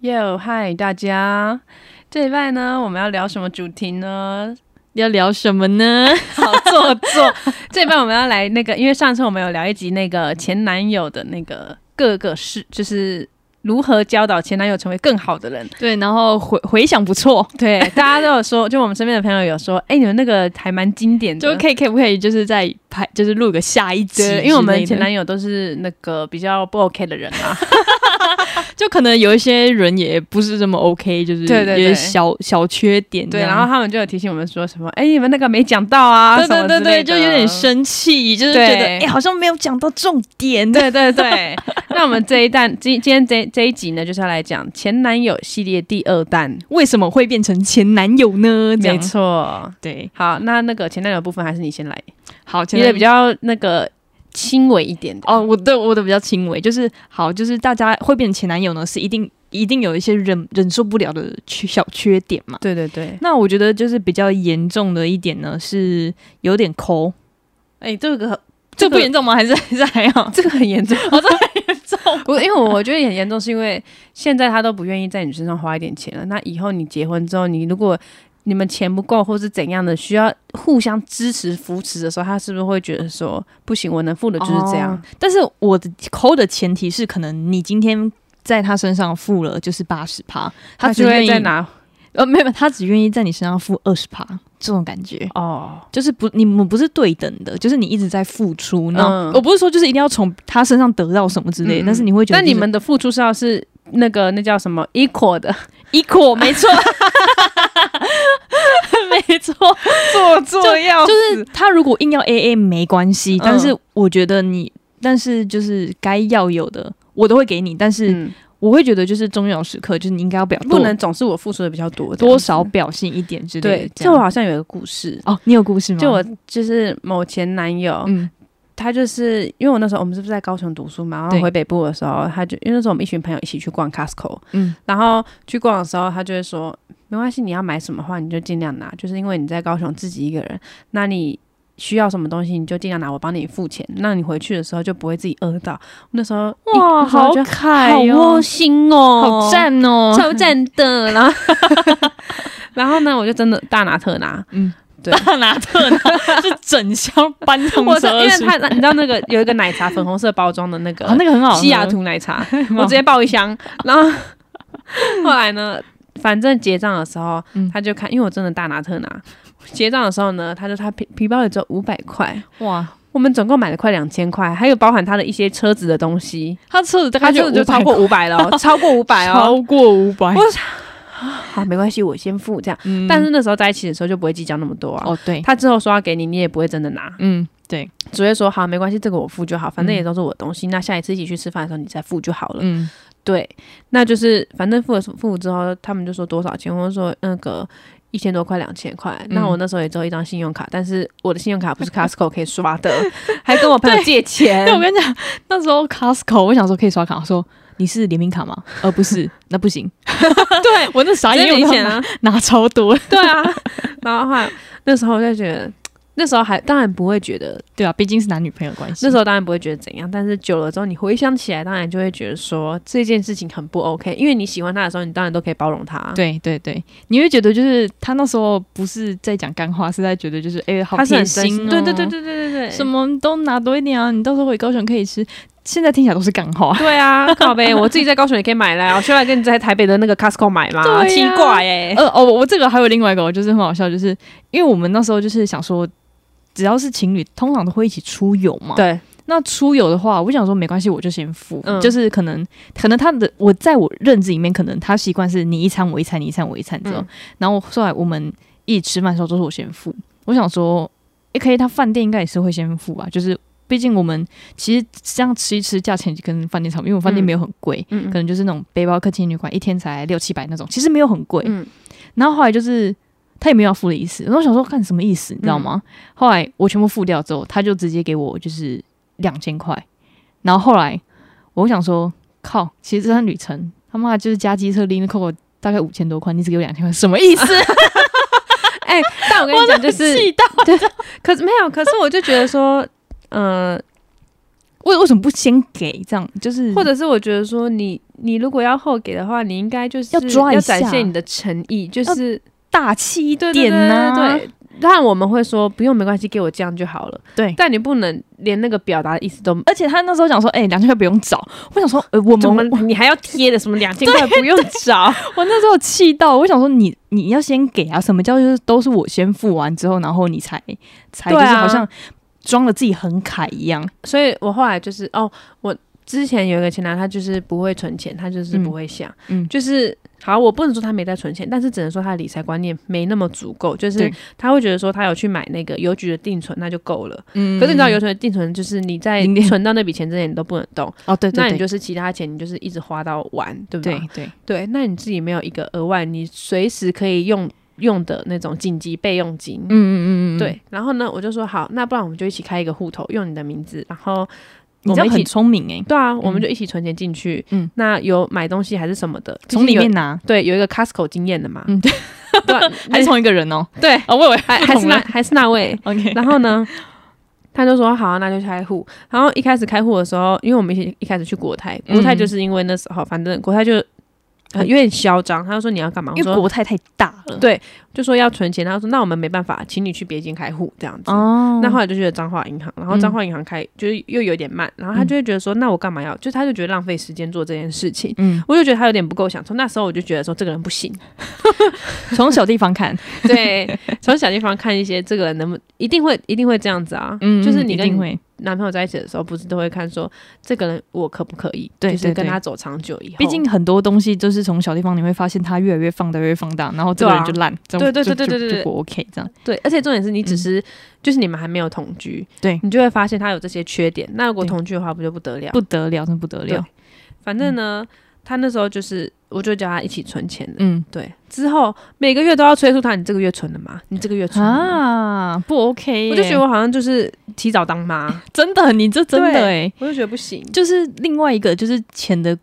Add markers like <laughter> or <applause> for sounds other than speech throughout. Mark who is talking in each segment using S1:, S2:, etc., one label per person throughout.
S1: 哟，嗨，大家！这礼拜呢，我们要聊什么主题呢？
S2: 要聊什么
S1: <laughs>
S2: 呢？
S1: 好做作。这礼拜我们要来那个，因为上次我们有聊一集那个前男友的那个各个事，就是如何教导前男友成为更好的人。
S2: 对，然后回回想不错，
S1: 对， <laughs> 大家都有说，就我们身边的朋友有说，哎、你们那个还蛮经典的，
S2: 就可以可以不可以就是再拍，就是录个下一集之类的，
S1: 对，因为我们前男友都是那个比较不 OK 的人啊。
S2: 就可能有一些人也不是这么 OK，就是
S1: 对对对
S2: 有些小小缺点这
S1: <laughs> 对，啊
S2: 样，
S1: 然后他们就有提醒我们说什么，哎、你们那个没讲到啊，
S2: 对
S1: 什么
S2: 对对
S1: 之类的
S2: 对，就有点生气，就是觉得
S1: 对
S2: 哎、诶好像没有讲到重点。
S1: <laughs> 对对对，那我们这一弹，今今天这这一集呢，就是要来讲前男友系列第二弹。
S2: 为什么会变成前男友呢？这样
S1: 没，错，
S2: 对，
S1: 好，那那个前男友部分还是你先来，
S2: 好，前
S1: 你
S2: 男
S1: 的
S2: 友
S1: 比较那个轻微一点的
S2: 哦，我的我的比较轻微，就是好，就是大家会变成前男友呢，是一定一定有一些忍忍受不了的缺小缺点嘛。
S1: 对对对，
S2: 那我觉得就是比较严重的一点呢，是有点抠，
S1: 哎、这个
S2: 这
S1: 这个
S2: 不严重吗？还是 <laughs> 还是还好？
S1: 这个很严重，
S2: 哦，这很严重。
S1: <laughs> 我因为我我觉得也很严重，是因为现在他都不愿意在你身上花一点钱了。那以后你结婚之后，你如果你们钱不够或是怎样的，需要互相支持扶持的时候，他是不是会觉得说不行，我能付的 <laughs> 就是这样？
S2: 哦但是我的抠的前提是，可能你今天在他身上付了就是八十趴，
S1: 他
S2: 只
S1: 就
S2: 愿
S1: 会
S2: 意
S1: 再拿
S2: 呃，没有，没有他只愿意在你身上付二十趴，这种感觉
S1: 哦，
S2: 就是不你们不是对等的，就是你一直在付出。那、
S1: 嗯
S2: 我不是说就是一定要从他身上得到什么之类的，
S1: 嗯嗯
S2: 但是你会觉得、
S1: 但你们的付出是要是那个那叫什么 equal 的
S2: equal 没错， <laughs> 没错。
S1: 做作要
S2: 就
S1: 就是
S2: 他如果硬要 A A 没关系，
S1: 嗯
S2: 但是我觉得你，但是就是该要有的我都会给你，但是
S1: 嗯，
S2: 我会觉得就是重要时刻，就是你应该要表
S1: 不
S2: 多
S1: 能总是我付出的比较多，这样
S2: 多
S1: 子
S2: 少表现一点之类的
S1: 对。
S2: 这
S1: 就我
S2: 样。
S1: 好像有一个故事，
S2: 哦，你有故事吗？
S1: 就我就是某前男友，
S2: 嗯
S1: 他就是因为我那时候我们是不是在高雄读书嘛，然后
S2: 对
S1: 回北部的时候，他就因为那时候我们一群朋友一起去逛 Costco，
S2: 嗯，
S1: 然后去逛的时候，他就会说没关系，你要买什么的话你就尽量拿，就是因为你在高雄自己一个人，那你需要什么东西你就尽量拿，我帮你付钱，那你回去的时候就不会自己饿到。那时候
S2: 哇，
S1: 那时候
S2: 好
S1: 就哎好
S2: 凯
S1: 窝
S2: 哦，
S1: 心哦，
S2: 好，赞哦，
S1: 超赞的。然后 <laughs> 然后呢，我就真的大拿特拿，对
S2: 大拿特拿是整箱搬动
S1: <laughs> 我
S2: 车
S1: 因为
S2: 去
S1: 他你知道那个有一个奶茶粉红色包装的 <laughs> 那个
S2: 啊，那个很好喝，
S1: 西雅图奶
S2: <laughs>
S1: 茶，
S2: 好
S1: 我直接抱一箱。然后后来呢，反正结账的时候，
S2: 嗯
S1: 他就看，因为我真的大拿特拿。结账的时候呢，他就他皮皮包里只有五百块，
S2: 哇，
S1: 我们总共买了快两千块，还有包含他的一些车子的东西，
S2: 他车子大
S1: 他
S2: 概
S1: 就就
S2: 500
S1: 超过五百了
S2: <laughs>
S1: 哦，超过五百哦。
S2: 超过五百
S1: 我，好，没关系，我先付这样。
S2: 嗯
S1: 但是那时候在一起的时候就不会计较那么多啊。
S2: 哦对，
S1: 他之后说要给你，你也不会真的拿，
S2: 嗯对，
S1: 只会说好没关系，这个我付就好，反正
S2: 嗯
S1: 也都是我的东西。那下一次一起去吃饭的时候你再付就好了。
S2: 嗯
S1: 对，那就是反正付了付之后，他们就说多少钱，我就说那个一千多块、两千块。那
S2: 嗯
S1: 我那时候也只有一张信用卡，但是我的信用卡
S2: <laughs>
S1: 不是 Costco 可以刷的，还跟我朋友借钱
S2: 对，。我跟你讲， <laughs> 那时候 Costco，我想说可以刷卡，我说你是联名
S1: <laughs>
S2: 卡吗？呃，不是，那不行。对 <laughs> 我那傻
S1: 直
S2: 眼，
S1: 接
S2: 因为
S1: 领
S2: 我
S1: 钱
S2: 拿
S1: 啊，
S2: 拿超多，
S1: <laughs> 对啊。然后后来那时候我就觉得，那时候还当然不会觉得，
S2: 对啊，毕竟是男女朋友关系。
S1: 那时候当然不会觉得怎样，但是久了之后，你回想起来，当然就会觉得说这件事情很不 OK，因为你喜欢他的时候，你当然都可以包容他。。
S2: 对对对，你会觉得就是他那时候不是在讲干话，是在觉得就是哎、好
S1: 他是
S2: 贴
S1: 很真
S2: 心、
S1: 心，啊
S2: 哦，
S1: 对对对，对对对对，
S2: 什么都拿多一点啊，你到时候回高雄可以吃。现在听起来都是干话，
S1: 对啊，靠呗，我自己在高雄也可以买啦，我就来跟你在台北的那个 Costco 买嘛，
S2: 对啊
S1: 奇怪哎、
S2: 呃哦，我这个还有另外一个，我就是很好笑，就是因为我们那时候就是想说，只要是情侣，通常都会一起出游嘛。
S1: 对，
S2: 那出游的话，我想说没关系，我就先付，
S1: 嗯
S2: 就是可能可能他的我在我认知里面，可能他习惯是你一餐我一餐，你一餐我一餐这种。
S1: 嗯
S2: 然后后来我们一起吃饭的时候都是我先付，我想说，诶、可以，他饭店应该也是会先付吧，就是毕竟我们其实这样吃一吃，价钱就跟饭店差不多，因为我饭店
S1: 嗯
S2: 没有很贵，
S1: 嗯
S2: 可能就是那种背包客情侣馆一天才六七百那种，其实没有很贵。
S1: 嗯
S2: 然后后来就是他也没有要付的意思，然后我想说看什么意思，你知道吗？
S1: 嗯
S2: 后来我全部付掉之后，他就直接给我就是两千块，然后后来我想说靠，其实这趟旅程他妈就是加机车零零扣扣大概五千多块，你只给我两千块，什么意思？
S1: 哎、啊但我跟你讲，就是，
S2: 气到
S1: 可是没有，可是我就觉得说，嗯、
S2: 为为什么不先给这样？就是
S1: 或者是我觉得说你你如果要后给的话，你应该就是
S2: 要抓一
S1: 要
S2: 下
S1: 展现你的诚意，就是
S2: 大气一
S1: 对
S2: 点啊呢、
S1: 对对对对。但我们会说不用没关系，给我这样就好了。
S2: 对
S1: 但你不能连那个表达的意思都
S2: 而且他那时候讲说，哎、两千块不用找。我想说，呃，我
S1: 怎么
S2: 们我
S1: 你还要贴的什么两千块不用找，
S2: 我那时候气到，我想说你你要先给啊，什么叫就是都是我先付完之后，然后你才才就
S1: 对
S2: 是
S1: 啊
S2: 好像装的自己很凯一样。
S1: 所以我后来就是哦，我之前有一个前男友，他就是不会存钱，他就是
S2: 嗯
S1: 不会想，
S2: 嗯
S1: 就是好，我不能说他没在存钱，但是只能说他的理财观念没那么足够，就是
S2: 对
S1: 他会觉得说他有去买那个邮局的定存，那就够了。
S2: 嗯
S1: 可是你知道，邮局的定存就是你在
S2: 零点
S1: 存到那笔钱之前，你都不能动，
S2: 哦，对对
S1: 嗯那你
S2: 对
S1: 就是其他钱你就是一直花到完，对不
S2: 对对，
S1: 对，那你自己没有一个额外你随时可以用用的那种紧急备用金，
S2: 嗯嗯嗯嗯，嗯，
S1: 对，然后呢，我就说好，那不然我们就一起开一个户头，用你的名字，然后
S2: 你
S1: 我们
S2: 这样
S1: 一
S2: 很
S1: 起，
S2: 聪明哎、
S1: 对啊，我们就一起存钱进去。
S2: 嗯
S1: 嗯，那有买东西还是什么的，
S2: 从
S1: 毕
S2: 里
S1: 竟有
S2: 面拿，
S1: 对有一个 Costco 经验的嘛，
S2: 嗯
S1: 嗯，
S2: 对
S1: 对啊，
S2: <laughs> 还
S1: 那
S2: 是同一个人哦、
S1: 对，
S2: 啊、我以为 <laughs>
S1: 还还是那还 <laughs> 是那位。
S2: OK，
S1: 然后呢，他就说好啊、那就开户。然后一开始开户的时候，因为我们一起一开始去国泰，国泰
S2: 嗯
S1: 就是因为那时候，反正国泰就、呃、有点嚣张，他就说你要干嘛？我
S2: 因为
S1: 说
S2: 国泰太大了，
S1: 对就说要存钱，他说那我们没办法，请你去别间开户这样子。
S2: 哦，
S1: 那后来就去了彰化银行，然
S2: 嗯
S1: 后彰化银行开、就是又有点慢，然后他就会觉得说，那我干嘛要？就他就觉得浪费时间做这件事情，
S2: 嗯，
S1: 我就觉得他有点不够想。从那时候我就觉得说，这个人不
S2: <laughs>
S1: 行。
S2: 从小地方看，
S1: 对，从小地方看一些这个人能不一定会一定会这样子啊，
S2: 嗯，
S1: 就是你
S2: 一
S1: 跟
S2: 定
S1: 你
S2: 会，
S1: 男朋友在一起的时候，不是都会看说这个人我可不可以，
S2: 对
S1: 就是
S2: 对
S1: 跟
S2: 对
S1: 他走长久以后，
S2: 毕竟很多东西就是从小地方你会发现它越来越放大，越来越放大，然后这个
S1: 对啊
S2: 人就烂，这样
S1: 对对
S2: 就
S1: 对对
S2: 就
S1: 对
S2: 就
S1: 对
S2: 不 OK 这样，
S1: 对，而且重点是你只是、就是你们还没有同居，
S2: 嗯对
S1: 你就会发现他有这些缺点。那如果
S2: 对
S1: 同居的话，不就不得了？
S2: 不得了，真不得了
S1: 对，反正呢，他那时候就是我就叫他一起存钱的。
S2: 嗯
S1: 对，之后每个月都要催促他，你这个月存了吗？你这个月存了吗？
S2: 啊，不 OK，
S1: 我就觉
S2: 耶
S1: 得我好像就是提早当妈，
S2: 真的，你这真的哎、
S1: 对 <laughs> 我就觉得不行。
S2: 就是另外一个就是钱的，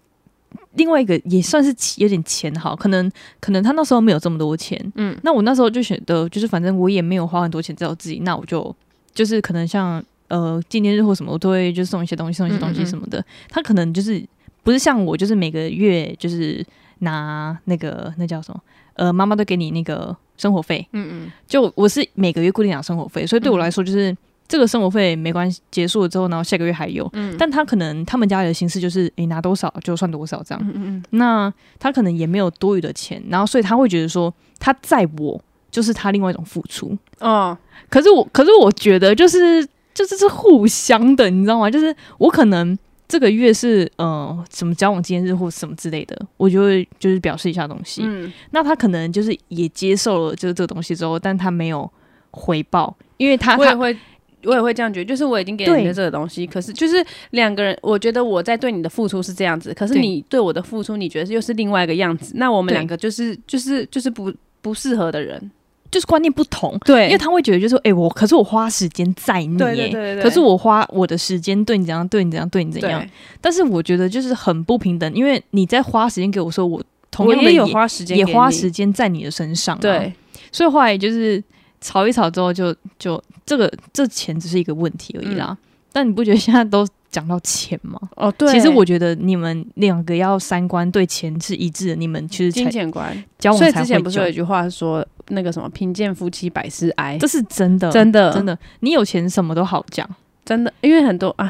S2: 另外一个也算是钱有点钱好，可能可能他那时候没有这么多钱，
S1: 嗯，
S2: 那我那时候就选择就是反正我也没有花很多钱在我自己，那我就就是可能像呃纪念日或什么，我都会就送一些东西，送一些东
S1: 嗯
S2: 西
S1: 嗯嗯
S2: 什么的。他可能就是不是像我，就是每个月就是拿那个那叫什么呃妈妈都给你那个生活费，
S1: 嗯嗯，
S2: 就我是每个月固定拿生活费，所以对我来说就是。这个生活费没关系，结束了之后，然后下个月还有。
S1: 嗯
S2: 但他可能他们家里的形式就是，诶，拿多少就算多少这样。
S1: 嗯嗯
S2: 那他可能也没有多余的钱，然后所以他会觉得说，他在我就是他另外一种付出。
S1: 嗯，哦，
S2: 可是我，可是我觉得就是就是是互相的，你知道吗？就是我可能这个月是呃什么交往纪念日或什么之类的，我就会就是表示一下东西。
S1: 嗯，
S2: 那他可能就是也接受了就是这个东西之后，但他没有回报，因为他
S1: 我也
S2: 他
S1: 会。我也会这样觉得，就是我已经给了你
S2: 对
S1: 的这个东西，可是就是两个人，我觉得我在对你的付出是这样子，可是
S2: 对
S1: 你对我的付出，你觉得又是另外一个样子，那我们
S2: 对
S1: 两个就是就是就是不不适合的人，
S2: 就是观念不同。
S1: 对
S2: 因为他会觉得就是说，哎、我可是我花时间在你耶，
S1: 对对对对对
S2: 可是我花我的时间对你怎样，对你怎样，对你怎样，
S1: 对，
S2: 但是我觉得就是很不平等，因为你在花时间给我说，我同
S1: 我
S2: 样的
S1: 也有花时间
S2: 也
S1: 给
S2: 花
S1: 你
S2: 时间在你的身上、啊，
S1: 对，，
S2: 所以后来就是吵一吵之后就，就这个这钱只是一个问题而已啦。但你不觉得现在都讲到钱吗？
S1: 哦嗯对，
S2: 其实我觉得你们两个要三观对钱是一致的，你们其实
S1: 金
S2: 才
S1: 钱观，
S2: 交往
S1: 所以
S2: 才
S1: 之前
S2: 会
S1: 不是
S2: 久
S1: 有一，句话说那个什么“贫贱夫妻百事哀
S2: 这是真”，的，
S1: 真的
S2: 真的，你有钱什么都好讲，
S1: 真的，因为很多啊，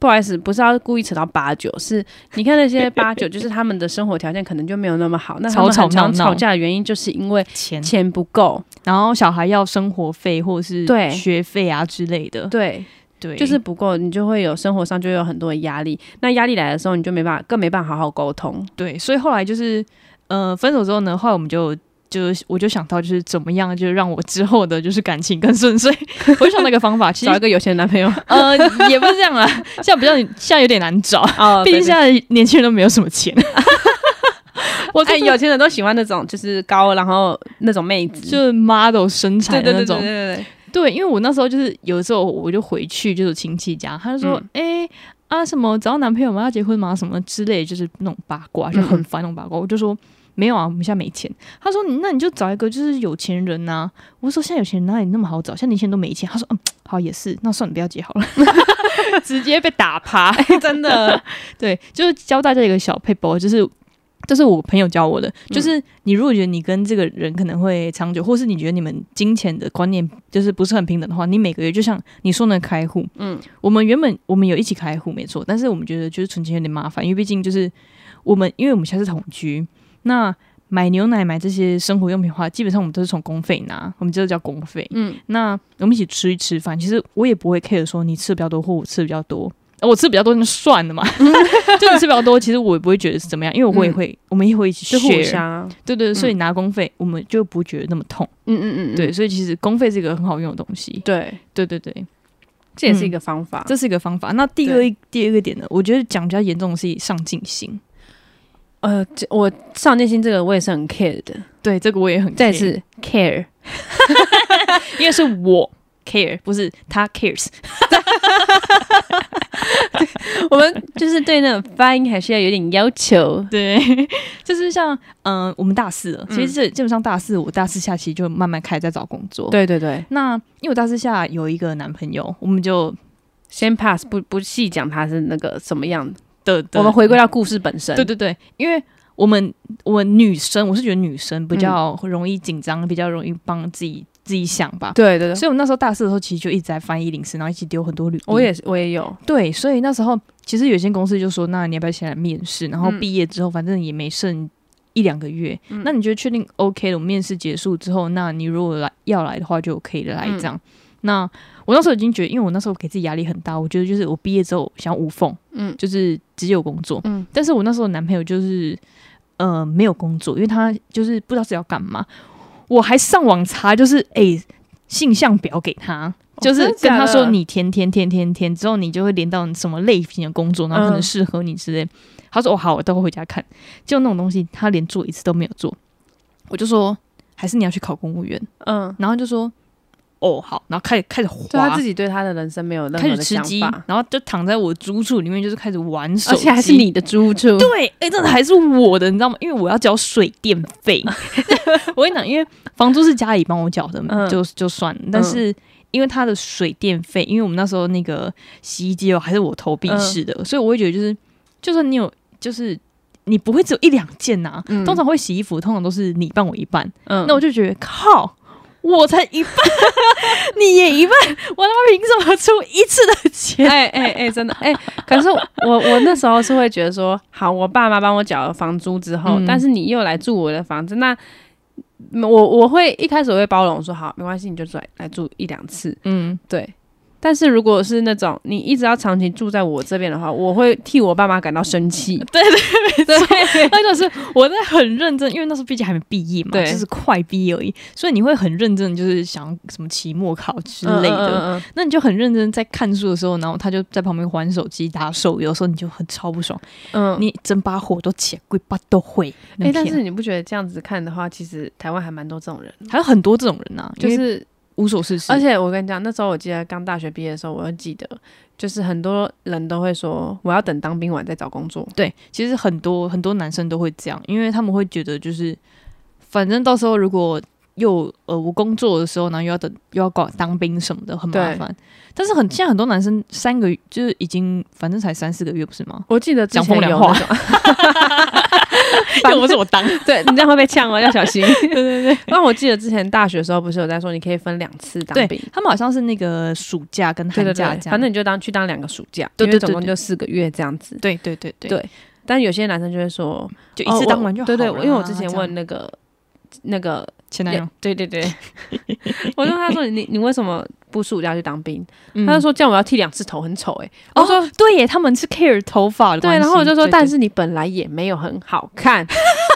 S1: 不好意思，不是要故意扯到八九，是你看那些八九，就是他们的生活条件可能就没有那么好，那他们
S2: 吵吵
S1: 很常
S2: 闹闹
S1: 吵架的原因就是因为
S2: 钱，
S1: 钱不够，
S2: 然后小孩要生活费或者是
S1: 对
S2: 学费啊之类的，
S1: 对，
S2: 对，
S1: 就是不够，你就会有生活上就会有很多的压力，那压力来的时候，你就没办法，更没办法好好沟通，
S2: 对，所以后来就是呃分手之后呢，后来我们就就是我就想到就是怎么样，就是让我之后的就是感情更顺遂， <laughs> 我就想到一个方法，其
S1: 找一
S2: 实
S1: 个有钱的男朋友
S2: 呃也不是这样啦，现在比较现在有点难找，
S1: <laughs> 哦
S2: 毕竟现在年轻人都没有什
S1: <laughs>
S2: 么钱。我
S1: 哎，
S2: 在有
S1: 有钱人都喜欢那种就是高，然后那种妹子，
S2: 就是 model 身材
S1: 对对
S2: 的那
S1: 对对
S2: 种
S1: 对，对对，
S2: 对，因为我那时候就是有时候我就回去就是亲戚家，他就说，哎、啊什么找到男朋友吗？要结婚吗？什么之类，就是那种八卦，就很烦那种八卦。我就说，没有啊，我们现在没钱。他说那你就找一个就是有钱人呐、我说现在有钱人哪里那么好找？现在年轻人都没钱。他说嗯，好也是，那算了，不要结好了，直接被打趴。
S1: <laughs> 真的，
S2: 对，就是教大家一个小配博，就是这是我朋友教我的，就是你如果觉得你跟这个人可能会长久，或是你觉得你们金钱的观念就是不是很平等的话，你每个月就像你说那个开户，
S1: 嗯，
S2: 我们原本我们有一起开户没错，但是我们觉得就是存钱有点麻烦，因为毕竟就是我们因为我们现在是同居，那。买牛奶、买这些生活用品的话，基本上我们都是从公费拿，我们这就叫公费。
S1: 嗯，
S2: 那我们一起吃一吃饭，其实我也不会 care 说你吃的比较多或我吃的比较多。呃我吃比较多那就算
S1: <laughs>
S2: 了嘛，就你吃比较多，其实我也不会觉得是怎么样，因为我也会，我们也会一起
S1: 嗯就
S2: share
S1: 互相啊，
S2: 对对，所以拿公费、我们就不觉得那么痛，
S1: 嗯嗯嗯，
S2: 对，所以其实公费是一个很好用的东西，
S1: 对，
S2: 对对对，
S1: 这也是一个方法。
S2: 这是一个方法。那第二第二个点呢，我觉得讲比较严重的是上进心，
S1: 呃，这我上进心这个我也是很 care 的，
S2: 对，这个我也很
S1: 再
S2: care
S1: 是 care， <laughs>
S2: 因为是我 care，不是他 cares，
S1: 我们就是对那种发音还是要有点要求。
S2: 对， <laughs> 就是像嗯、呃我们大四了，其实这基本上大四，我大四下期就慢慢开始在找工作，。
S1: 对对对，
S2: 那因为我大四下有一个男朋友，我们就
S1: 先 pass 不不细讲它是那个什么样的，
S2: 的的
S1: 我们回归到故事本身。
S2: 对对对，因为我们我们女生，我是觉得女生
S1: 嗯
S2: 比较容易紧张，比较容易帮自己自己想吧。
S1: 对对对，
S2: 所以我们那时候大四的时候，其实就一直在翻一零四，然后一起丢很多履历。
S1: 我也是我也有，
S2: 对，所以那时候其实有些公司就说，那你要不要先来面试？然后
S1: 嗯
S2: 毕业之后，反正也没剩一两个月，那你觉得确定 OK 了？我们面试结束之后，那你如果来要来的话，就可以来
S1: 嗯
S2: 这样。那我那时候已经觉得，因为我那时候给自己压力很大，我觉得就是我毕业之后想要无缝，
S1: 嗯
S2: 就是直接有工作，
S1: 嗯
S2: 但是我那时候男朋友就是呃没有工作，因为他就是不知道自己要干嘛，我还上网查，就是诶、性向表给他。就是
S1: 哦真的
S2: 跟
S1: 假
S2: 他
S1: 的
S2: 说你填填填填填之后，你就会连到什么类型的工作，然后可能
S1: 嗯
S2: 适合你之类。他说：“哦，好，我待会回家看。”就那种东西，他连做一次都没有做。我就说：“还是你要去考公务员。
S1: 嗯”，
S2: 然后就说：“哦，好。”然后开始开始
S1: 对他
S2: 滑
S1: 自，己对他的人生没有任
S2: 开
S1: 何
S2: 始
S1: 的
S2: 吃
S1: 想
S2: 鸡
S1: 法，，
S2: 然后就躺在我租处里面，就是开始玩手
S1: 而
S2: 机，
S1: 且还是你的住处。
S2: 对，哎、真的还是我的，你知道吗？因为我要交水电
S1: <laughs>
S2: 费。我跟你讲，因为房租是家里帮我缴的，
S1: 嗯
S2: 就就算了。但是因为他的水电费，因为我们那时候那个洗衣机哦，还是我投币式的，
S1: 嗯
S2: 所以我会觉得就是，就算你有，就是你不会只有一两件呐、
S1: 嗯
S2: 通常会洗衣服，通常都是你半我一半。
S1: 嗯
S2: 那我就觉得靠。我才
S1: <laughs>
S2: 一半，你也一半，我他妈凭什么出一次的
S1: <laughs>
S2: 钱？
S1: 哎哎哎，真的哎、可是我我那时候是会觉得说，好，我爸妈帮我缴了房租之后，
S2: 嗯
S1: 但是你又来住我的房子，那我我会一开始我会包容说，好，没关系，你就来来住一两次，
S2: 嗯，
S1: 对。但是如果是那种你一直要长期住在我这边的话，我会替我爸妈感到生气。
S2: <laughs> 对
S1: 对对，
S2: 那就是我在很认真，因为那时候毕竟还没毕业嘛，
S1: 对
S2: 就是快毕业而已，所以你会很认真，就是想要什么期末考之类的。
S1: 嗯嗯嗯嗯
S2: 那你就很认真在看书的时候，然后他就在旁边玩手机打手游的时候，你就很超不爽，
S1: 嗯
S2: 你整把火都起来，鬼巴都会。
S1: 哎、
S2: 那
S1: 但
S2: 天
S1: 是你不觉得这样子看的话，其实台湾还蛮多这种人，
S2: 还有很多这种人啊，
S1: 就
S2: 就是
S1: 是呃
S2: 无所事事，
S1: 而且我跟你讲，那时候我记得刚大学毕业的时候，我就记得，就是很多人都会说，我要等当兵完再找工作。
S2: 对，其实很多很多男生都会这样，因为他们会觉得就是，反正到时候如果又呃我工作的时候，然后又要等又要搞当兵什么的，很麻
S1: 对
S2: 烦。但是很现在很多男生三个月就是已经反正才三四个月不是吗？
S1: 我记得之
S2: 讲
S1: 前
S2: 风
S1: 有
S2: 凉
S1: 那
S2: 话
S1: 种， <laughs> 反
S2: <laughs> 又不是我当，
S1: 对你这样会被呛哦，要小 <laughs> 心。对对对。那我记得之前大学的时候，不是有在说你可以分两次当
S2: 对
S1: 兵。
S2: <laughs> 他们好像是那个暑假跟
S1: 对
S2: 寒
S1: 对对
S2: 假，这样，
S1: 反正你就当去当两个暑假，
S2: 对
S1: 因
S2: 对
S1: 为
S2: 对
S1: 总共
S2: 对
S1: 就四个月这样子。
S2: 对对对对
S1: 对但有些男生就会说，
S2: 就一次
S1: 哦
S2: 当完就
S1: 我
S2: 好了、
S1: 对
S2: 啊
S1: 对，因为我之前
S2: 这样
S1: 问那个那个
S2: 前男友，
S1: 对
S2: <laughs>
S1: 对对，我就问他说你你你为什么不暑假去当兵？
S2: 嗯
S1: 他就说这样我要剃两次头，很丑哎、
S2: 哦
S1: 我说
S2: 对耶，他们是 care 头发的
S1: 对，
S2: 关系，
S1: 然后我就说，
S2: 对
S1: 但
S2: 对
S1: 是你本来也没有很好看，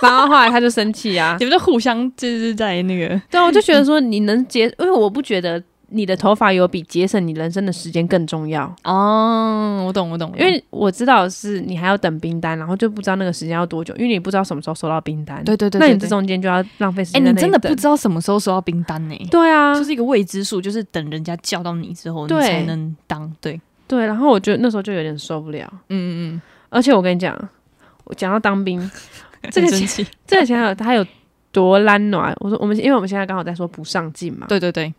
S1: 然后后来他就生气啊。
S2: 你们就互相就是在那个
S1: <laughs> 对，我就觉得说你能节，因为我不觉得你的头发有比节省你人生的时间更重要，
S2: 哦，我懂我懂，我懂
S1: 因为我知道是你还要等冰单，然后就不知道那个时间要多久，因为你不知道什么时候收到冰单。
S2: 对对对，
S1: 那你
S2: 对
S1: 这
S2: 对
S1: 中间就要浪费时
S2: 哎、
S1: 间。
S2: 你真的不知道什么时候收到冰单呢、
S1: 对啊，
S2: 就是一个未知数，就是等人家叫到你之后，你
S1: 对
S2: 才能当。对，
S1: 对。然后我就那时候就有点受不了，
S2: 嗯嗯
S1: <laughs> 而且我跟你讲，我讲到当兵，这个
S2: 很生
S1: 钱
S2: 气
S1: 这个想想他有多懒暖。我说我们因为我们现在刚好在说不上进嘛，
S2: 对对对，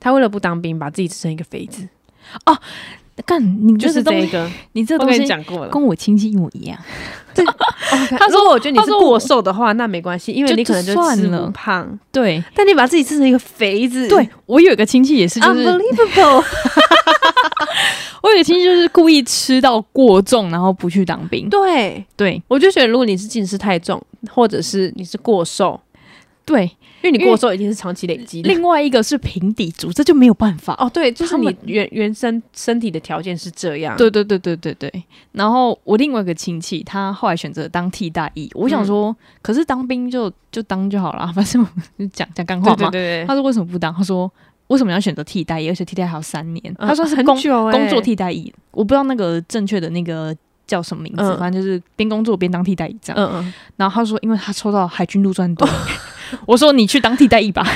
S1: 他为了不当兵，把自己吃成一个肥子，
S2: 干你
S1: 就
S2: 这
S1: 是
S2: 个东
S1: 这
S2: 西，
S1: 个。
S2: 你这个
S1: 我
S2: 东
S1: 跟你
S2: 西
S1: 讲过了。
S2: 跟我亲戚一模一样。
S1: 他
S2: 他
S1: 说：“
S2: 说
S1: 如果我觉得你
S2: 他
S1: 是
S2: 说
S1: 过
S2: 我
S1: 瘦的话，那没关系，因为
S2: 就
S1: 你可能
S2: 就算
S1: 吃
S2: 了
S1: 不胖，
S2: 对
S1: 但你把自己吃成一个肥子，
S2: 对，我有一个亲戚也是，就是
S1: 啊，unbelievable。
S2: 我有一个亲戚就是故意吃到过重，然后不去当兵。
S1: 对，
S2: 对
S1: 我就觉得如果你是近视太重，或者是你是过瘦，
S2: 对，
S1: 因为你
S2: 因为
S1: 过瘦一定是长期累积的。
S2: 另外一个是平底族，这就没有办法。
S1: 哦，对，就是
S2: 他
S1: 你
S2: 们
S1: 原原生身体的条件是这样。
S2: 对对对对对对。然后我另外一个亲戚，他后来选择当替代役。我
S1: 嗯
S2: 想说，可是当兵就就当就好 <laughs> 了，反正我们就讲讲干话
S1: 对
S2: 嘛。
S1: 对对对，
S2: 他说为什么不当？他说为什么要选择替代役？而且替代还有三年，
S1: 嗯
S2: 他说是
S1: 很
S2: 工、
S1: 久欸
S2: 工作替代役。我不知道那个正确的那个叫什么名字，
S1: 嗯
S2: 反正就是边工作边当替代役这样。
S1: 嗯嗯，
S2: 然后他说，因为他抽到海军陆战队。 <laughs> 我说你去当替代役
S1: 嗯
S2: 吧，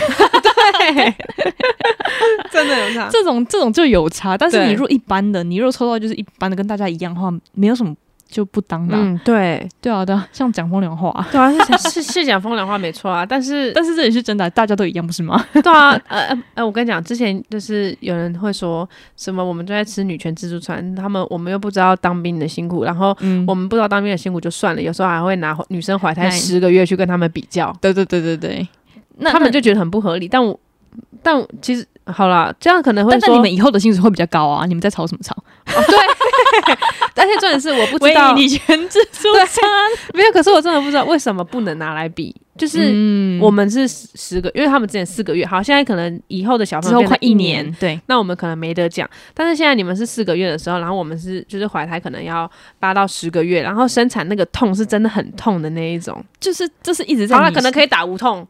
S1: 真的有差。
S2: 这种这种就有差。但是
S1: 对
S2: 你若一般的，你若抽到就是一般的，跟大家一样的话，没有什么就不当啦。
S1: 嗯，对，
S2: 对啊，对啊，像讲风凉话啊，
S1: 对啊，是讲是是讲风凉话没错啊，但是
S2: 但是这也是真的啊，大家都一样，不是吗？
S1: 对啊，呃呃呃，我跟你讲，之前就是有人会说什么，我们都在吃女权自助餐，他们我们又不知道当兵的辛苦，然后
S2: 嗯
S1: 我们不知道当兵的辛苦就算了，有时候还会拿女生怀胎
S2: 那
S1: 十个月去跟他们比较，
S2: 对对对对对，那
S1: 他们
S2: 就
S1: 就觉得很不合理。但我但我其实好啦，这样可能会
S2: 但是
S1: 说，
S2: 你们以后的薪水会比较高啊，你们在吵什么吵？
S1: 而且重点是我不
S2: 喂
S1: 知道，
S2: 你全自助餐，
S1: 没有，可是我真的不知道为什么不能拿来比，就是。
S2: 嗯
S1: 我们是十十个，因为他们之前四个月，好，现在可能以后的小朋友
S2: 之后
S1: 变成
S2: 快一
S1: 年
S2: 年，，对，
S1: 那我们可能没得讲。但是现在你们是四个月的时候，然后我们是就是怀胎可能要八到十个月，然后生产那个痛是真的很痛的那一种。
S2: 就是这是一直在
S1: 好
S2: 你，
S1: 了，可能可
S2: 以，
S1: 以打无 <laughs> 痛，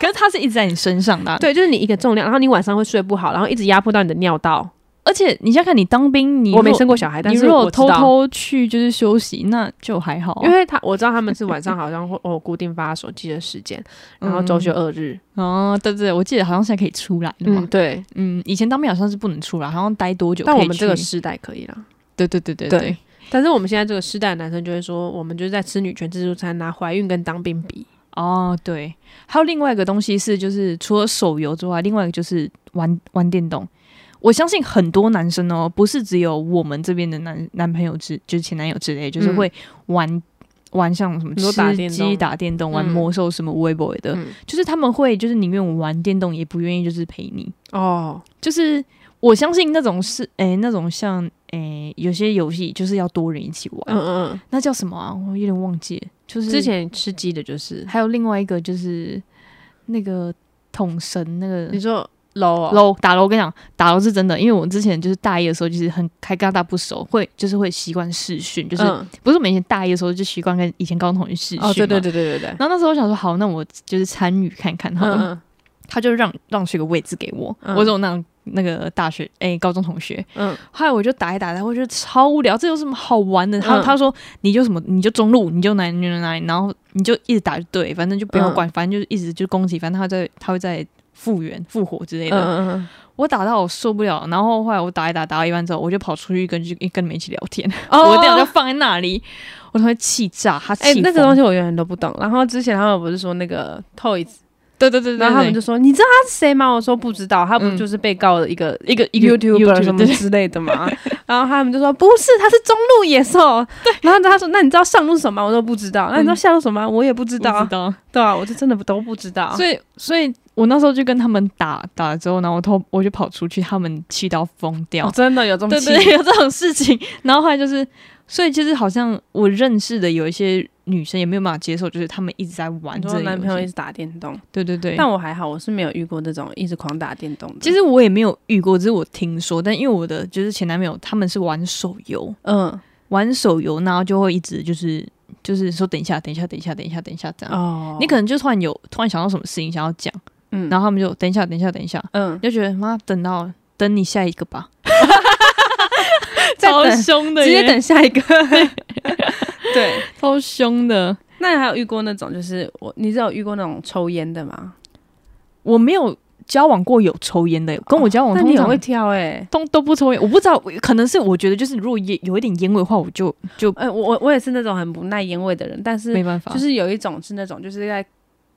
S2: 可是它是一直在你身上的啊、
S1: 对，就是你一个重量，然后你晚上会睡不好，然后一直压迫到你的尿道。
S2: 而且你想想看，你当兵，你
S1: 我没
S2: 若
S1: 生过小孩，但
S2: 你
S1: 是
S2: 如
S1: 我
S2: 果
S1: 知道
S2: 偷，偷去就是休息，那就还好啊、
S1: 因为他我知道他们是晚上好像会哦固定发手机的时间，然后周休二日。
S2: 哦，对对，对我记得好像现在可以出来的嘛
S1: 嗯，。对。
S2: 嗯，以前当兵好像是不能出来，好像待多久可以
S1: 但
S2: 去？
S1: 我们这个世代可以了。
S2: 对对对对
S1: 对
S2: 对，
S1: 但是我们现在这个世代的男生就会说，我们就是在吃女权自助餐，拿怀孕跟当兵比。
S2: 哦对，还有另外一个东西是，就是除了手游之外，另外一个就是玩玩电动。我相信很多男生哦，不是只有我们这边的男男朋友之，就是前男友之类，就是
S1: 嗯
S2: 会玩、玩像什么
S1: 你说打
S2: 吃
S1: 电
S2: 鸡、
S1: 动
S2: 打电动、玩
S1: 嗯
S2: 魔兽什么 w e b o 的，
S1: 嗯
S2: 就是他们会就是宁愿玩电动，也不愿意就是陪你。
S1: 哦，
S2: 就是我相信那种是诶、那种像诶、有些游戏就是要多人一起玩，
S1: 嗯嗯嗯。
S2: 那叫什么啊？我有点忘记了，就是
S1: 之前吃鸡的就是
S2: 还有另外一个就是那个桶神那个
S1: 你说 low 哦
S2: 楼打楼，我跟你讲，打楼是真的，因为我之前就是大一的时候就是很还跟大家不熟，会就是会习惯视讯，就是、
S1: 嗯
S2: 不是我们以前大一的时候就习惯跟以前高中同学视讯嘛、
S1: 哦，对对对对对对，
S2: 然后那时候我想说，好，那我就是参与看看好了。
S1: 嗯
S2: 他就让让出一个位置给我，
S1: 嗯
S2: 我是我那那个大学诶、高中同学，
S1: 嗯
S2: 后来我就打一打，然后我觉得超无聊，这有什么好玩的？他、
S1: 嗯
S2: 他说你就什么你就中路，你就哪里你就哪里，然后你就一直打就对，反正就不要
S1: 嗯
S2: 管，反正就是一直就攻击，反正他在他会在复原复活之类
S1: 嗯
S2: 的。
S1: 嗯
S2: 我打到我受不了，然后后来我打一打打到一半之后，我就跑出去跟跟跟你们一起聊天，
S1: 嗯，
S2: <laughs> 我
S1: 这
S2: 电脑
S1: 样
S2: 就放在那里，我同学气炸，他气
S1: 哎，那个东
S2: 西，
S1: 西我永远都不懂。然后之前他们不是说那个 Toys，
S2: 对对对对对，
S1: 然后他们就说你知道他是谁吗？我说不知道，他不
S2: 嗯
S1: 就是被告的一个
S2: 一个一个
S1: YouTuber 什么
S2: 对
S1: 之类的嘛。
S2: <laughs>
S1: 然后他们就说不是，他是中路野兽。对，然后他说那你知道上路什么吗？我说不知道。那你知道下路什么吗？我也不知道
S2: 嗯不
S1: 啊
S2: 知。道。
S1: 对啊，我就真的都不知道。
S2: 所以，所以我那时候就跟他们打打了之后，然后我偷我就跑出去，他们气到疯掉。
S1: 哦真的有这么
S2: 对
S1: 气
S2: 对，对有这种事情。然后后来就是，所以其实好像我认识的有一些女生也没有办法接受，就是他们一直在玩
S1: 你
S2: 这
S1: 说
S2: 个
S1: 男朋友
S2: 游
S1: 一
S2: 戏
S1: 直打电动，
S2: 对对对。
S1: 但我还好，我是没有遇过这种一直狂打电动的。
S2: 其实我也没有遇过，只是我听说。但因为我的就是前男朋友他们是玩手游，
S1: 嗯
S2: 玩手游，然后就会一直就是就是说等一下，等一下，等一下，等一下，等一下这样。
S1: 哦，
S2: 你可能就突然有突然想到什么事情想要讲，
S1: 嗯
S2: 然后他们就等一下，等一下，等一下，
S1: 嗯
S2: 你就觉得妈等到等你下一个吧，
S1: 再
S2: <laughs> 超
S1: 等
S2: 凶的
S1: 直
S2: 耶，
S1: 接等下一
S2: <laughs>
S1: 个。对，
S2: 超凶的。
S1: 那你还有遇过那种，就是我，你知道有遇过那种抽烟的吗？
S2: 我没有交往过有抽烟的，跟我交往
S1: 那你
S2: 哦
S1: 很
S2: 通常
S1: 会挑哎、
S2: 都都不抽烟，我不知道，可能是我觉得就是如果烟有一点烟味的话，我就就
S1: 哎、我我我也是那种很不耐烟味的人，但是
S2: 没办法，
S1: 就是有一种是那种就是在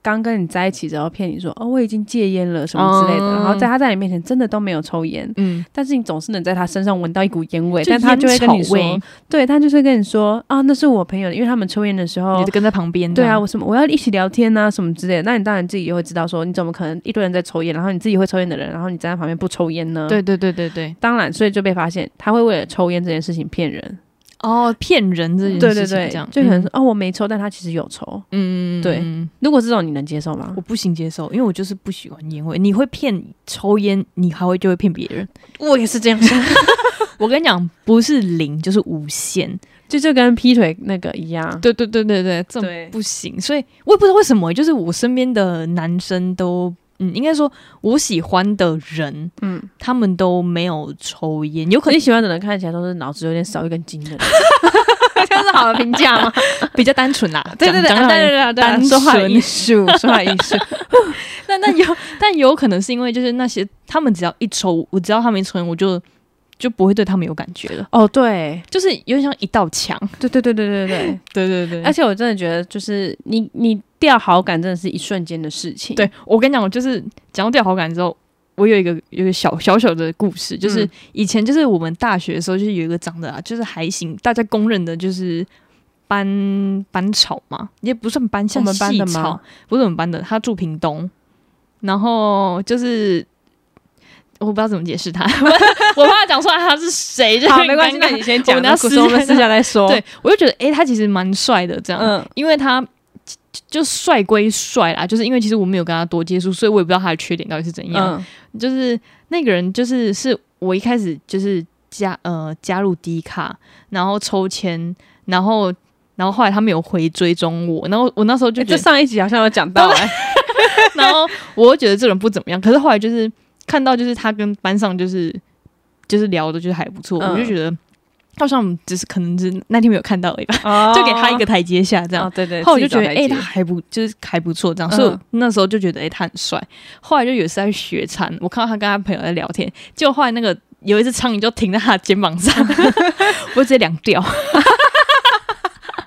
S1: 刚跟你在一起之后骗你说哦我已经戒烟了什么之类的，
S2: 嗯
S1: 然后在他在你面前真的都没有抽烟，
S2: 嗯，
S1: 但是你总是能在他身上闻到一股烟味，
S2: 就
S1: 但他就会跟你
S2: 烟草味
S1: 说，对他就是会跟你说啊那是我朋友的，因为他们抽烟的时候
S2: 你就跟在旁边，
S1: 对
S2: 这
S1: 啊，
S2: 样
S1: 我什么我要一起聊天啊，什么之类的。那你当然自己就会知道说，你怎么可能一堆人在抽烟，然后你自己会抽烟的人，然后你站在旁边不抽烟呢？
S2: 对，对对对对，
S1: 当然，所以就被发现他会为了抽烟这件事情骗人。
S2: 哦，骗人这件
S1: 对对
S2: 事情
S1: 对
S2: 这样，
S1: 就可能
S2: 嗯
S1: 说、哦我没抽，但他其实有抽。
S2: 嗯，嗯
S1: 对
S2: 嗯
S1: 如果这种你能接受吗
S2: 我？不行接受，因为我就是不喜欢烟味。你会骗抽烟，你还会就会骗别人。
S1: 我也是这样想， <laughs>
S2: 我跟你讲，不是零就是无限。
S1: 就就跟劈腿那个一样。
S2: 对对对对对，这种
S1: 对
S2: 不行。所以我也不知道为什么，就是我身边的男生都，嗯，应该说我喜欢的人，
S1: 嗯，
S2: 他们都没有抽烟，有可
S1: 你
S2: 能
S1: 喜欢的人看起来都是脑子有点少一根筋的人， <laughs> 这样是好的评价吗？
S2: <laughs> 比较单纯啦。
S1: 对对对，
S2: 讲
S1: 啊
S2: 讲到
S1: 对对对对
S2: 单
S1: 对，
S2: <laughs> 纯
S1: 说话艺术，说话艺
S2: <laughs>
S1: 术。
S2: 但但有但有可能是因为就是那些他们只要一抽，我只要他们一抽烟，我就就不会对他们有感觉了，
S1: <laughs> 哦，对，
S2: 就是有点像一道墙。啊
S1: 对对对对对对。
S2: 对对对
S1: 而且我真的觉得，就是你你掉好感真的是一瞬间的事情。
S2: 对我跟你讲，我就是讲到掉好感之后，我有一个有一个小小小的故事，就是
S1: 嗯
S2: 以前就是我们大学的时候，就是有一个长得啊，就是还行，大家公认的就是班班草嘛，也不算班，
S1: 我
S2: 像
S1: 们班的
S2: 系草
S1: 吗？
S2: 不是我们班的，他住屏东，然后就是。我不知道怎么解释他， <laughs> 我怕讲出来他是谁，
S1: <laughs> <laughs>
S2: 就
S1: 好，
S2: 很
S1: 没关系，
S2: 尴
S1: 那
S2: 尬
S1: 你先
S2: 我
S1: 讲，
S2: 们要
S1: 那故事我们
S2: 私下
S1: 私下再说。
S2: 对，我就觉得诶，他其实蛮帅的，这样，
S1: 嗯，
S2: 因为他就就帅归帅啦，就是因为其实我没有跟他多接触，所以我也不知道他的缺点到底是怎样。
S1: 嗯
S2: 就是那个人，就是是我一开始就是加呃加入低卡，然后抽签，然后然后后来他没有回追踪我，然后我那时候就
S1: 诶
S2: 觉
S1: 哎这
S2: 得，
S1: 上一集好像有讲 <laughs> 到，哎，
S2: 然后我又觉得这人不怎么样，可是后来就是看到就是他跟班上就是就是聊的就是还不错，
S1: 嗯
S2: 我就觉得。好像只是可能只是那天没有看到而已吧，就给他一个台阶下这样
S1: 哦，。对对，
S2: 后来我就觉得，哎、
S1: 哎，
S2: 他还不就是还不错这样，所以我
S1: 嗯
S2: 那时候就觉得，哎、他很帅。后来就有一次在雪场，我看到他跟他朋友在聊天，结果后来那个有一只苍蝇就停在他的肩膀上， <laughs> 我直接凉掉，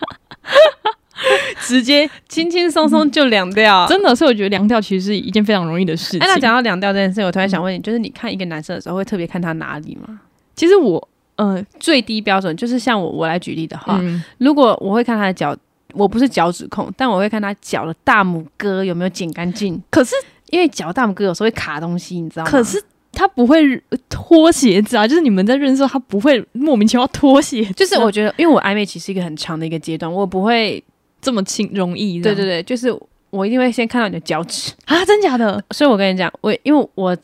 S2: <laughs> 直接
S1: 轻轻松松就凉掉。
S2: 真的，所以我觉得凉掉其实是一件非常容易的事情。
S1: 哎，那讲到凉掉这件事，我突然想问你，就是你看一个男生的时候，会特别看他哪里吗？
S2: 其实我，呃，
S1: 最低标准就是像我我来举例的话，
S2: 嗯，
S1: 如果我会看他的脚，我不是脚趾控，但我会看他脚的大拇哥有没有剪干净，
S2: 可是
S1: 因为脚大拇哥有时候会卡东西，你知道吗？
S2: 可是他不会脱鞋子啊，就是你们在认识的时候他不会莫名其妙脱鞋子啊，
S1: 就是我觉得，因为我暧昧期是一个很长的一个阶段，我不会，
S2: 这么轻容易
S1: 对
S2: 这样，
S1: 对对，就是我一定会先看到你的脚趾，
S2: 啊，真假的？
S1: 所以我跟你讲，我因为我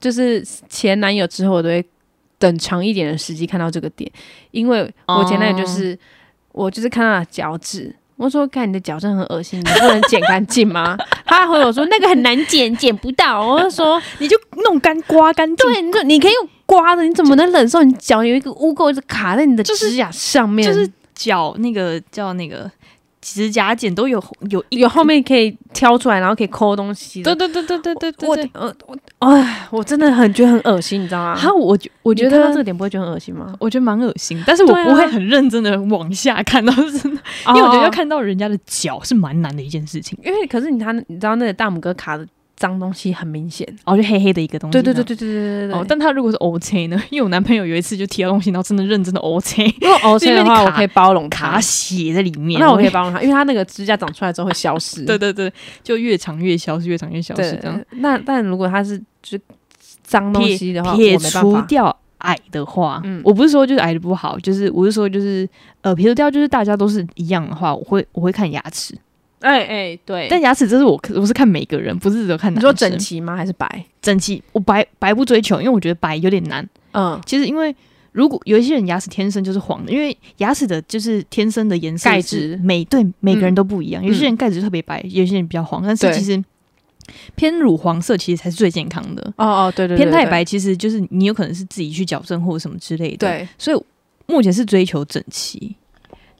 S1: 就是前男友之后，我都会等长一点的时机看到这个点，因为
S2: 哦
S1: 我前男友就是、我就是看到他的脚趾。我说：“看你的脚真的很恶心，你不能剪干净吗？” <laughs> 他还回我说：“那个很难剪，剪不到。”我就说
S2: 你就弄干刮干：“净，
S1: 对，你说你可以用刮的，你怎么能忍受你脚有一个污垢一直卡在你的
S2: 就是
S1: 指甲上面？
S2: 就是脚那个叫那个指甲剪都有有一
S1: 有后面可以挑出来，然后可以抠东西的。
S2: 对对对对对
S1: 我我我，哎，我真的很觉得很恶心，你知道吗？
S2: 哈，我觉我
S1: 我
S2: 觉
S1: 觉得这
S2: 得
S1: 个点不会觉得很恶心吗？
S2: 我觉得蛮恶心，但是我
S1: 对啊
S2: 不会很认真的往下看到，是 <laughs> 真的，因
S1: 因
S2: 为我觉得要
S1: 要，
S2: 看到人家的脚是蛮难的一件事情，
S1: 因为可是你他你知道那个大拇哥卡的脏东西很明显。
S2: 哦，就黑黑的一个东西，
S1: 对对对
S2: 这样。
S1: 对对对对对。
S2: 哦，但他如果是 O K 呢？因为我男朋友有一次就提到东西，然后真的认真的 O K
S1: 如果 OK 的话，
S2: 里面
S1: 我
S2: 卡
S1: 可以包容
S2: <laughs> 卡
S1: 他，
S2: 血在里面，
S1: 那我可以包容他，因为他那个指甲长出来之后会消失。
S2: <laughs> 对对对，就越长越消失，越长越消失
S1: 对
S2: 这样。，
S1: 那但如果他是就是脏东西的话，我
S2: 撇
S1: 没办
S2: 除
S1: 法。
S2: 掉矮的话，
S1: 嗯
S2: 我不是说就是矮的不好，就是我是说就是呃，撇除掉就是大家都是一样的话，我会我会看牙齿，
S1: 哎哎，对。
S2: 但牙齿这是我我是看每个人，不是只有看
S1: 你
S2: 男
S1: 说
S2: 生。
S1: 整齐吗？还是白？
S2: 整齐，我白白不追求，因为我觉得白有点难。
S1: 嗯，
S2: 其实因为如果有一些人牙齿天生就是黄的，因为牙齿的就是天生的颜色
S1: 钙
S2: 是
S1: 质
S2: 每对每个人都不一
S1: 嗯
S2: 样，有些人钙质特别白，有些人比较黄，但是
S1: 对
S2: 其实偏乳黄色其实才是最健康的。
S1: 哦哦，对对，对
S2: 偏太，
S1: 对
S2: 白其实就是你有可能是自己去矫正或者什么之类的。
S1: 对，
S2: 所以目前是追求整齐。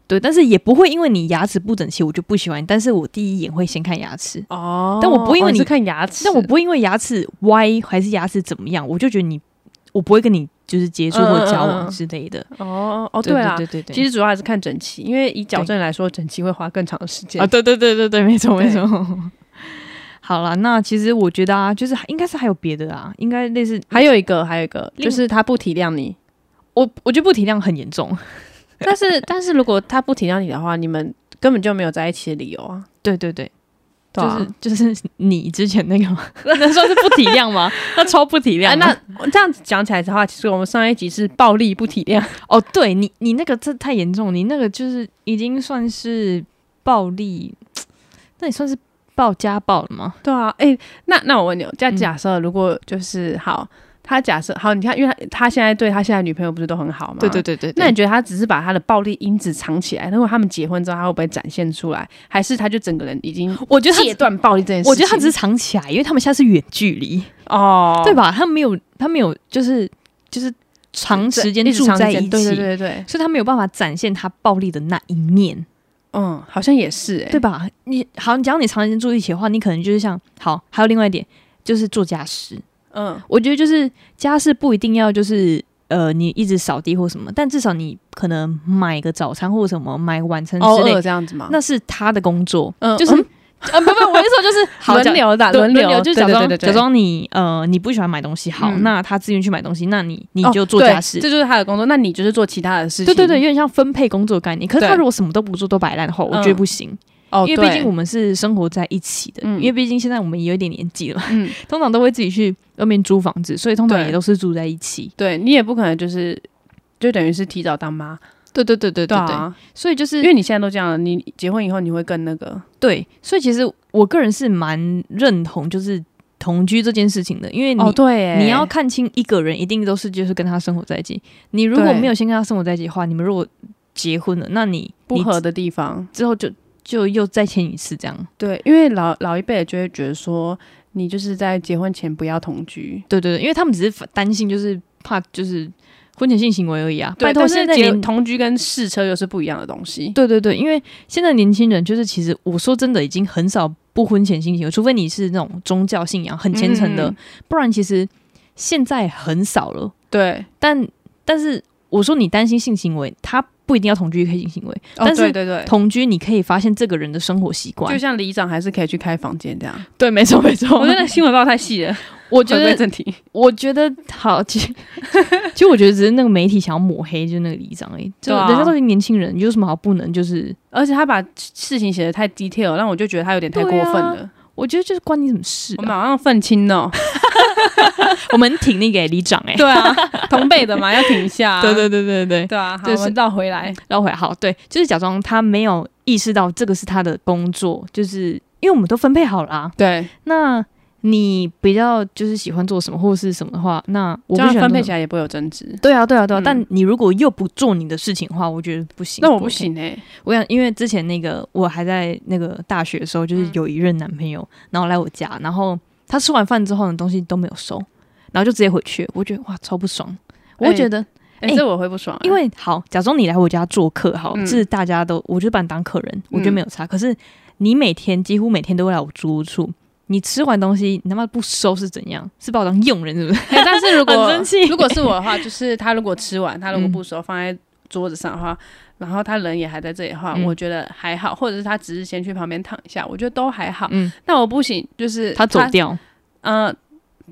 S2: 对，但是也不会因为你牙齿不整齐我就不喜欢你，但是我第一眼会先看牙齿，
S1: 哦，
S2: 但我不会因为
S1: 哦
S2: 你
S1: 是看牙齿，
S2: 但我不会因为牙齿歪还是牙齿怎么样，我就觉得你，我不会跟你就是接触
S1: 嗯嗯
S2: 或交
S1: 嗯嗯
S2: 往之类的。
S1: 哦哦对啊，
S2: 对对对，
S1: 其
S2: 实
S1: 实主要还是看整齐，因为以矫正来说，整齐会花更长的时间
S2: 啊，。对对对对对，没错
S1: 对
S2: 没错。 <laughs> 好了，那其实我觉得啊，就是应该是还有别的啊，应该类似
S1: 还有一个，还有一个
S2: 另
S1: 就是他不体谅你，
S2: 我我觉得不体谅很严重。 <laughs>
S1: 但是 <laughs> 但是如果他不体谅你的话，你们根本就没有在一起的理由啊。
S2: 对对对，
S1: 对啊
S2: 就是就是你之前那个吗？ <laughs> 那算是不体谅吗？ <laughs> 那超不体谅
S1: 哎，
S2: 啊。
S1: 那这样子讲起来的话，其实我们上一集是暴力不体谅，
S2: 哦，对你你那个这太严重，你那个就是已经算是暴力，那也算是暴家暴了吗？
S1: <laughs> 对啊，哎、那那我问你哦，假
S2: 嗯
S1: 假设如果就是、好，他假设好，你看，因为他他现在对他现在女朋友不是都很好吗？对。
S2: 对对
S1: 那你觉得他只是把他的暴力因子藏起来？如果他们结婚之后，他会不会展现出来？还是他就整个人已经
S2: 我觉得他
S1: 戒断暴力这件事情？
S2: 我觉得他只是藏起来，因为他们现在是远距离，
S1: 哦，
S2: 对吧？他没有，他没有，就是就是长时间
S1: 一直
S2: 住
S1: 长时
S2: 在
S1: 间
S2: 一起，
S1: 对对对对对，
S2: 所以他没有办法展现他暴力的那一面，
S1: 嗯，好像也是哎、
S2: 对吧？你好，你只要你长时间住一起的话，你可能就是像好，还有另外一点就是做家事，
S1: 嗯，
S2: 我觉得就是家事不一定要就是呃你一直扫地或什么，但至少你可能买个早餐或什么，买晚餐
S1: 偶
S2: 之类
S1: 尔，这样子嘛，
S2: 那是他的工作，
S1: 嗯
S2: 就是、啊不不，我的意思说就是好
S1: 轮
S2: 假
S1: 流的啊，
S2: 对
S1: 流，
S2: 流，就是假
S1: 对
S2: 装
S1: 对对对
S2: 假装你呃你不喜欢买东西，好，
S1: 嗯
S2: 那他自愿去买东西，那你你
S1: 哦
S2: 就做
S1: 对
S2: 家事。
S1: 这就是他的工作。那你就是做其他的事情，
S2: 嗯对对对，有，点像分配工作概念。可是他
S1: 对
S2: 如果什么都不做，都摆烂的话，我
S1: 嗯
S2: 觉得不行，
S1: 哦，
S2: 因为毕
S1: 对
S2: 竟我们是生活在一起的，
S1: 嗯
S2: 因为毕竟现在我们也有一点年纪了嘛，
S1: 嗯，
S2: 通常都会自己去外面租房子，所以通常
S1: 对
S2: 也都是住在一起。
S1: 对你也不可能就是就等于是提早当妈，
S2: 对对对对
S1: 对
S2: 对对，
S1: 啊，
S2: 所以就是
S1: 因为你现在都这样了，你结婚以后你会更那个，
S2: 对，所以其实我个人是蛮认同就是同居这件事情的，因为你、
S1: 哦对耶，
S2: 你要看清一个人，一定都是就是跟他生活在一起。你如果
S1: 对
S2: 没有先跟他生活在一起的话，你们如果结婚了，那你
S1: 不合
S2: 你
S1: 的地方，
S2: 之后就就又再签一次这样。
S1: 对，因为老老一辈的就会觉得说，你就是在结婚前不要同居。
S2: 对对对，因为他们只是担心，就是怕就是婚前性行为而已啊。拜托，
S1: 但是
S2: 现在
S1: 结
S2: 年
S1: 同居跟试车又是不一样的东西。
S2: 对对对，因为现在年轻人就是其实我说真的已经很少不婚前性行为，除非你是那种宗教信仰很虔诚的，
S1: 嗯
S2: 不然其实现在很少了。
S1: 对，
S2: 但但是我说你担心性行为，他不一定要同居可以性行为，
S1: 哦
S2: 但是
S1: 对对对，
S2: 同居你可以发现这个人的生活习
S1: 就
S2: 惯。
S1: 像里长还是可以去开房间这样。
S2: 对，没错没错
S1: 我觉得新闻报太细 <laughs> 了，
S2: 我
S1: 我
S2: 觉得
S1: 正题。
S2: 我觉得好，其实
S1: <laughs>
S2: 其实我觉得只是那个媒体想要抹黑，就是那个里长而已。就
S1: 对啊
S2: 人家都是年轻人，有什么好不能？就是
S1: 而且他把事情写的太 detail，让我就觉得他有点太过
S2: 对啊
S1: 分了。
S2: 我觉得就是关你什么事
S1: 我
S2: 啊、
S1: 们好像愤青哦。
S2: 我们挺那个里长哎、
S1: <laughs> 对啊，同辈的嘛，要停一下、啊。
S2: 对对对对对，
S1: <laughs> 对啊，好，
S2: 就是
S1: 我们绕回来。
S2: 绕回来好，对，就是假装他没有意识到这个是他的工作，就是因为我们都分配好了、啊。
S1: 对，
S2: 那你比较就是喜欢做什么或者是什么的话，那我
S1: 这
S2: 不
S1: 样
S2: 喜欢
S1: 分配
S2: 做
S1: 起
S2: 什么
S1: 来也不会有争执。
S2: 对啊，对啊，对啊。
S1: 嗯
S2: 但你如果又不做你的事情的话，我觉得不行。
S1: 那我不
S2: OK
S1: 行哎、
S2: 我想，因为之前那个我还在那个大学的时候，就是有一任男朋友，然后来我家，然后他吃完饭之后呢，东西都没有收，然后就直接回去，我觉得哇超不爽，我会觉得，
S1: 哎、
S2: 哎
S1: 这我会不爽、欸，
S2: 因为好，假装你来我家做客好，
S1: 嗯
S2: 是大家都，我就把你当客人，我觉得
S1: 嗯
S2: 没有差，可是你每天几乎每天都会来我租屋处。你吃完东西，你他妈不收是怎样？是把我当佣人是不是？
S1: <laughs> 哎但是如果
S2: 很生气
S1: 如果是我的话，就是他如果吃完，他如果
S2: 嗯
S1: 不收放在桌子上的话，然后他人也还在这里的话，
S2: 嗯
S1: 我觉得还好，或者是他只是先去旁边躺一下，我觉得都还好。
S2: 嗯，
S1: 但我不行，就是
S2: 他走，掉，
S1: 嗯、呃，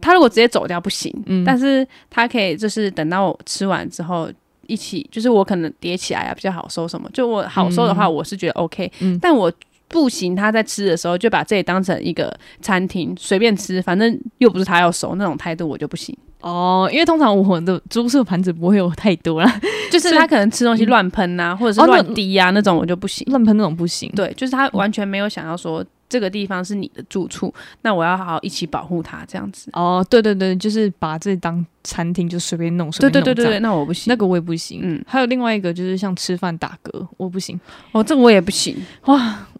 S1: 他如果直接走掉不行，
S2: 嗯，
S1: 但是他可以就是等到我吃完之后。一起就是我可能叠起来啊比较好收什么，就我好收的话，
S2: 嗯
S1: 我是觉得 OK，、
S2: 嗯
S1: 但我不行。他在吃的时候就把这里当成一个餐厅，随便吃，反正又不是他要收那种态度，我就不行。
S2: 哦，因为通常我的租宿盘子不会有太多啦，
S1: 就是他可能吃东西乱喷呐，或者是
S2: 哦那
S1: 乱滴呀、嗯那种，嗯我就不行。
S2: 乱喷那种不行。
S1: 对，就是他完全没有想要说这个地方是你的住处，那我要好好一起保护它这样子。
S2: 哦，对对对，就是把这当餐厅就随便弄，随
S1: 对
S2: 便
S1: 对
S2: 弄
S1: 对对
S2: 这
S1: 对，
S2: 样，
S1: 那我不行。
S2: 那个我也不行。
S1: 嗯
S2: 还有另外一个就是像吃饭打嗝，我不行，
S1: 哦，这个我也不行。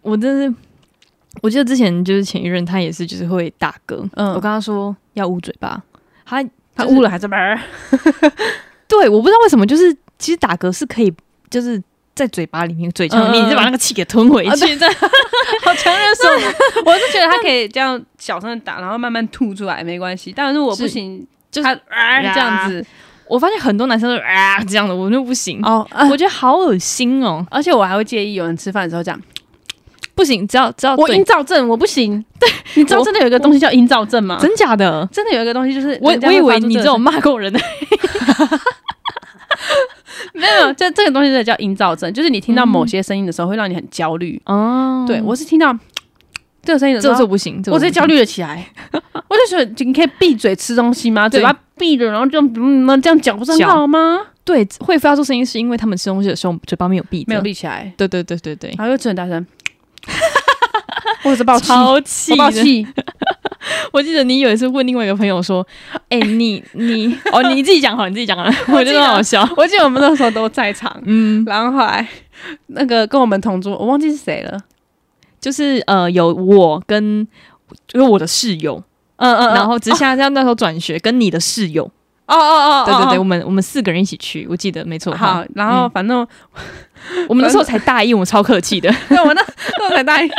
S2: 我真是，我记得之前就是前一任他也是就是会打嗝，
S1: 嗯
S2: 我跟他说要捂嘴巴，他
S1: 他
S2: 就是
S1: 污 <laughs> 了还是不？
S2: 对我不知道为什么，就是其实打嗝是可以，就是在嘴巴里面，嘴腔里面，你再把那个气给吞回
S1: 啊
S2: 去。
S1: <laughs>
S2: 这样
S1: 好强人所难，我是觉得他可以这样小声的打，然后慢慢吐出来，没关系。但是我不
S2: 是
S1: 行，
S2: 就是
S1: 他啊这样子
S2: 我发现很多男生都啊这样的，我就不行，
S1: 哦。
S2: 我觉得好恶心哦，
S1: <laughs> 而且我还会介意有人吃饭的时候讲，
S2: 不行，只要只要
S1: 我
S2: 对
S1: 阴燥症，我不行。对，你知道
S2: 我
S1: 真的有一个东西叫阴燥症吗？
S2: 真假的，
S1: 真的有一个东西就是
S2: 我
S1: 人家
S2: 我
S1: 会
S2: 以为
S1: 发出
S2: 你
S1: 这
S2: 这
S1: 种
S2: 种骂过人的，
S1: 没有，这这个东西真的叫营造症，就是你听到某些声音的时候会让你很焦虑。
S2: 哦
S1: 对我是听到这个声音的时
S2: 这
S1: 候
S2: 这，不行，这
S1: 我
S2: 我
S1: 直接焦虑了起来。
S2: <laughs>
S1: 我就觉得你可以闭嘴吃东西吗？
S2: 对
S1: 嘴
S2: 啊
S1: 巴闭着，然后这样嗯，那这样讲不是很好吗？
S2: 对会发出声音，是因为他们吃东西的时候嘴巴没有闭，
S1: 没有，闭起来，
S2: 对对对对对，
S1: 然后又吃很大
S2: <laughs>
S1: 声，我是爆气，我
S2: 超气
S1: 爆
S2: 的。
S1: 气。
S2: 我记得你有一次问另外一个朋友说：“哎、你你哦，你自己讲好，你自己讲好。” <laughs> 我觉得很好笑。
S1: 我记得我们那时候都在场，
S2: 嗯，
S1: 然后后来那个跟我们同桌，我忘记是谁了。
S2: 就是呃，有我跟就是我的室友，
S1: 嗯嗯
S2: 然后只下在那时候转学，跟你的室友，
S1: 哦哦哦，
S2: 对对对，
S1: 哦
S2: 我，们嗯我们四个人一起去，我记得没错。
S1: 哦好，然后反正
S2: 我们那时候才大一，我们超客
S1: <laughs>
S2: 气的。
S1: 对，我那那我才答 <laughs> 应。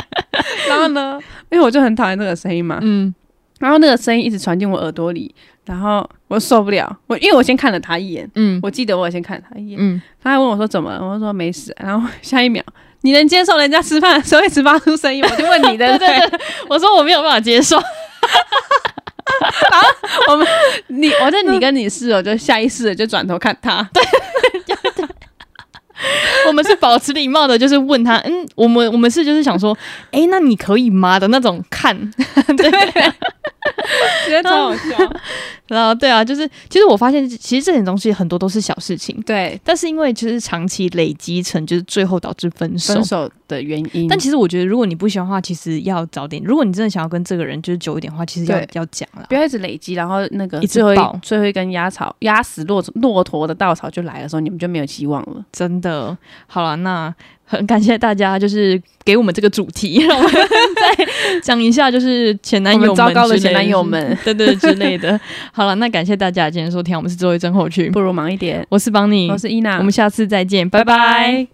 S1: 然后呢，因为我就很讨厌那个声音嘛，
S2: 嗯，
S1: 然后那个声音一直传进我耳朵里，然后我受不了。我因为我先看了他一眼，
S2: 嗯
S1: 我记得我有先看了他一眼，
S2: 嗯，
S1: 他还问我说怎么了，我就说没事。然后下一秒，你能接受人家吃饭的时候一直发出声音吗，我就问你的，
S2: <laughs>
S1: <laughs>
S2: 对对对，我说我没有办法接受。 <laughs>
S1: 你，我就你跟你室友就下意识的就转头看他，嗯 <laughs> 对，
S2: 我们是保持礼貌的，就是问他，嗯，我们我们是就是想说， <laughs> 哎、那你可以吗的那种看，
S1: 觉得超好笑。
S2: 然后对啊，就是其实我发现，其实这点东西很多都是小事情，
S1: <laughs> 对，
S2: 但是因为就是长期累积成，就是最后导致分手。
S1: 分手的原因，
S2: 但其实我觉得，如果你不喜欢的话，其实要早点。如果你真的想要跟这个人就是久一点的话，其实要
S1: 对
S2: 要讲了
S1: 不。要一直累积，然后那个
S2: 一直
S1: 最后
S2: 爆
S1: 一最后一根压草压死骆骆驼的稻草就来的时候，你们就没有希望了。
S2: 真的，好了，那很感谢大家，就是给我们这个主题，让我们 <laughs> 再讲一下，就是前男
S1: 我们
S2: 友们
S1: 糟糕的
S2: 之类
S1: 前男友们，
S2: <laughs> 对对之类的。好了，那感谢大家今天收听，我们是周一真后去，
S1: 不如忙一点。
S2: 我是邦尼，
S1: 嗯我是伊娜，
S2: 我们下次再见，拜拜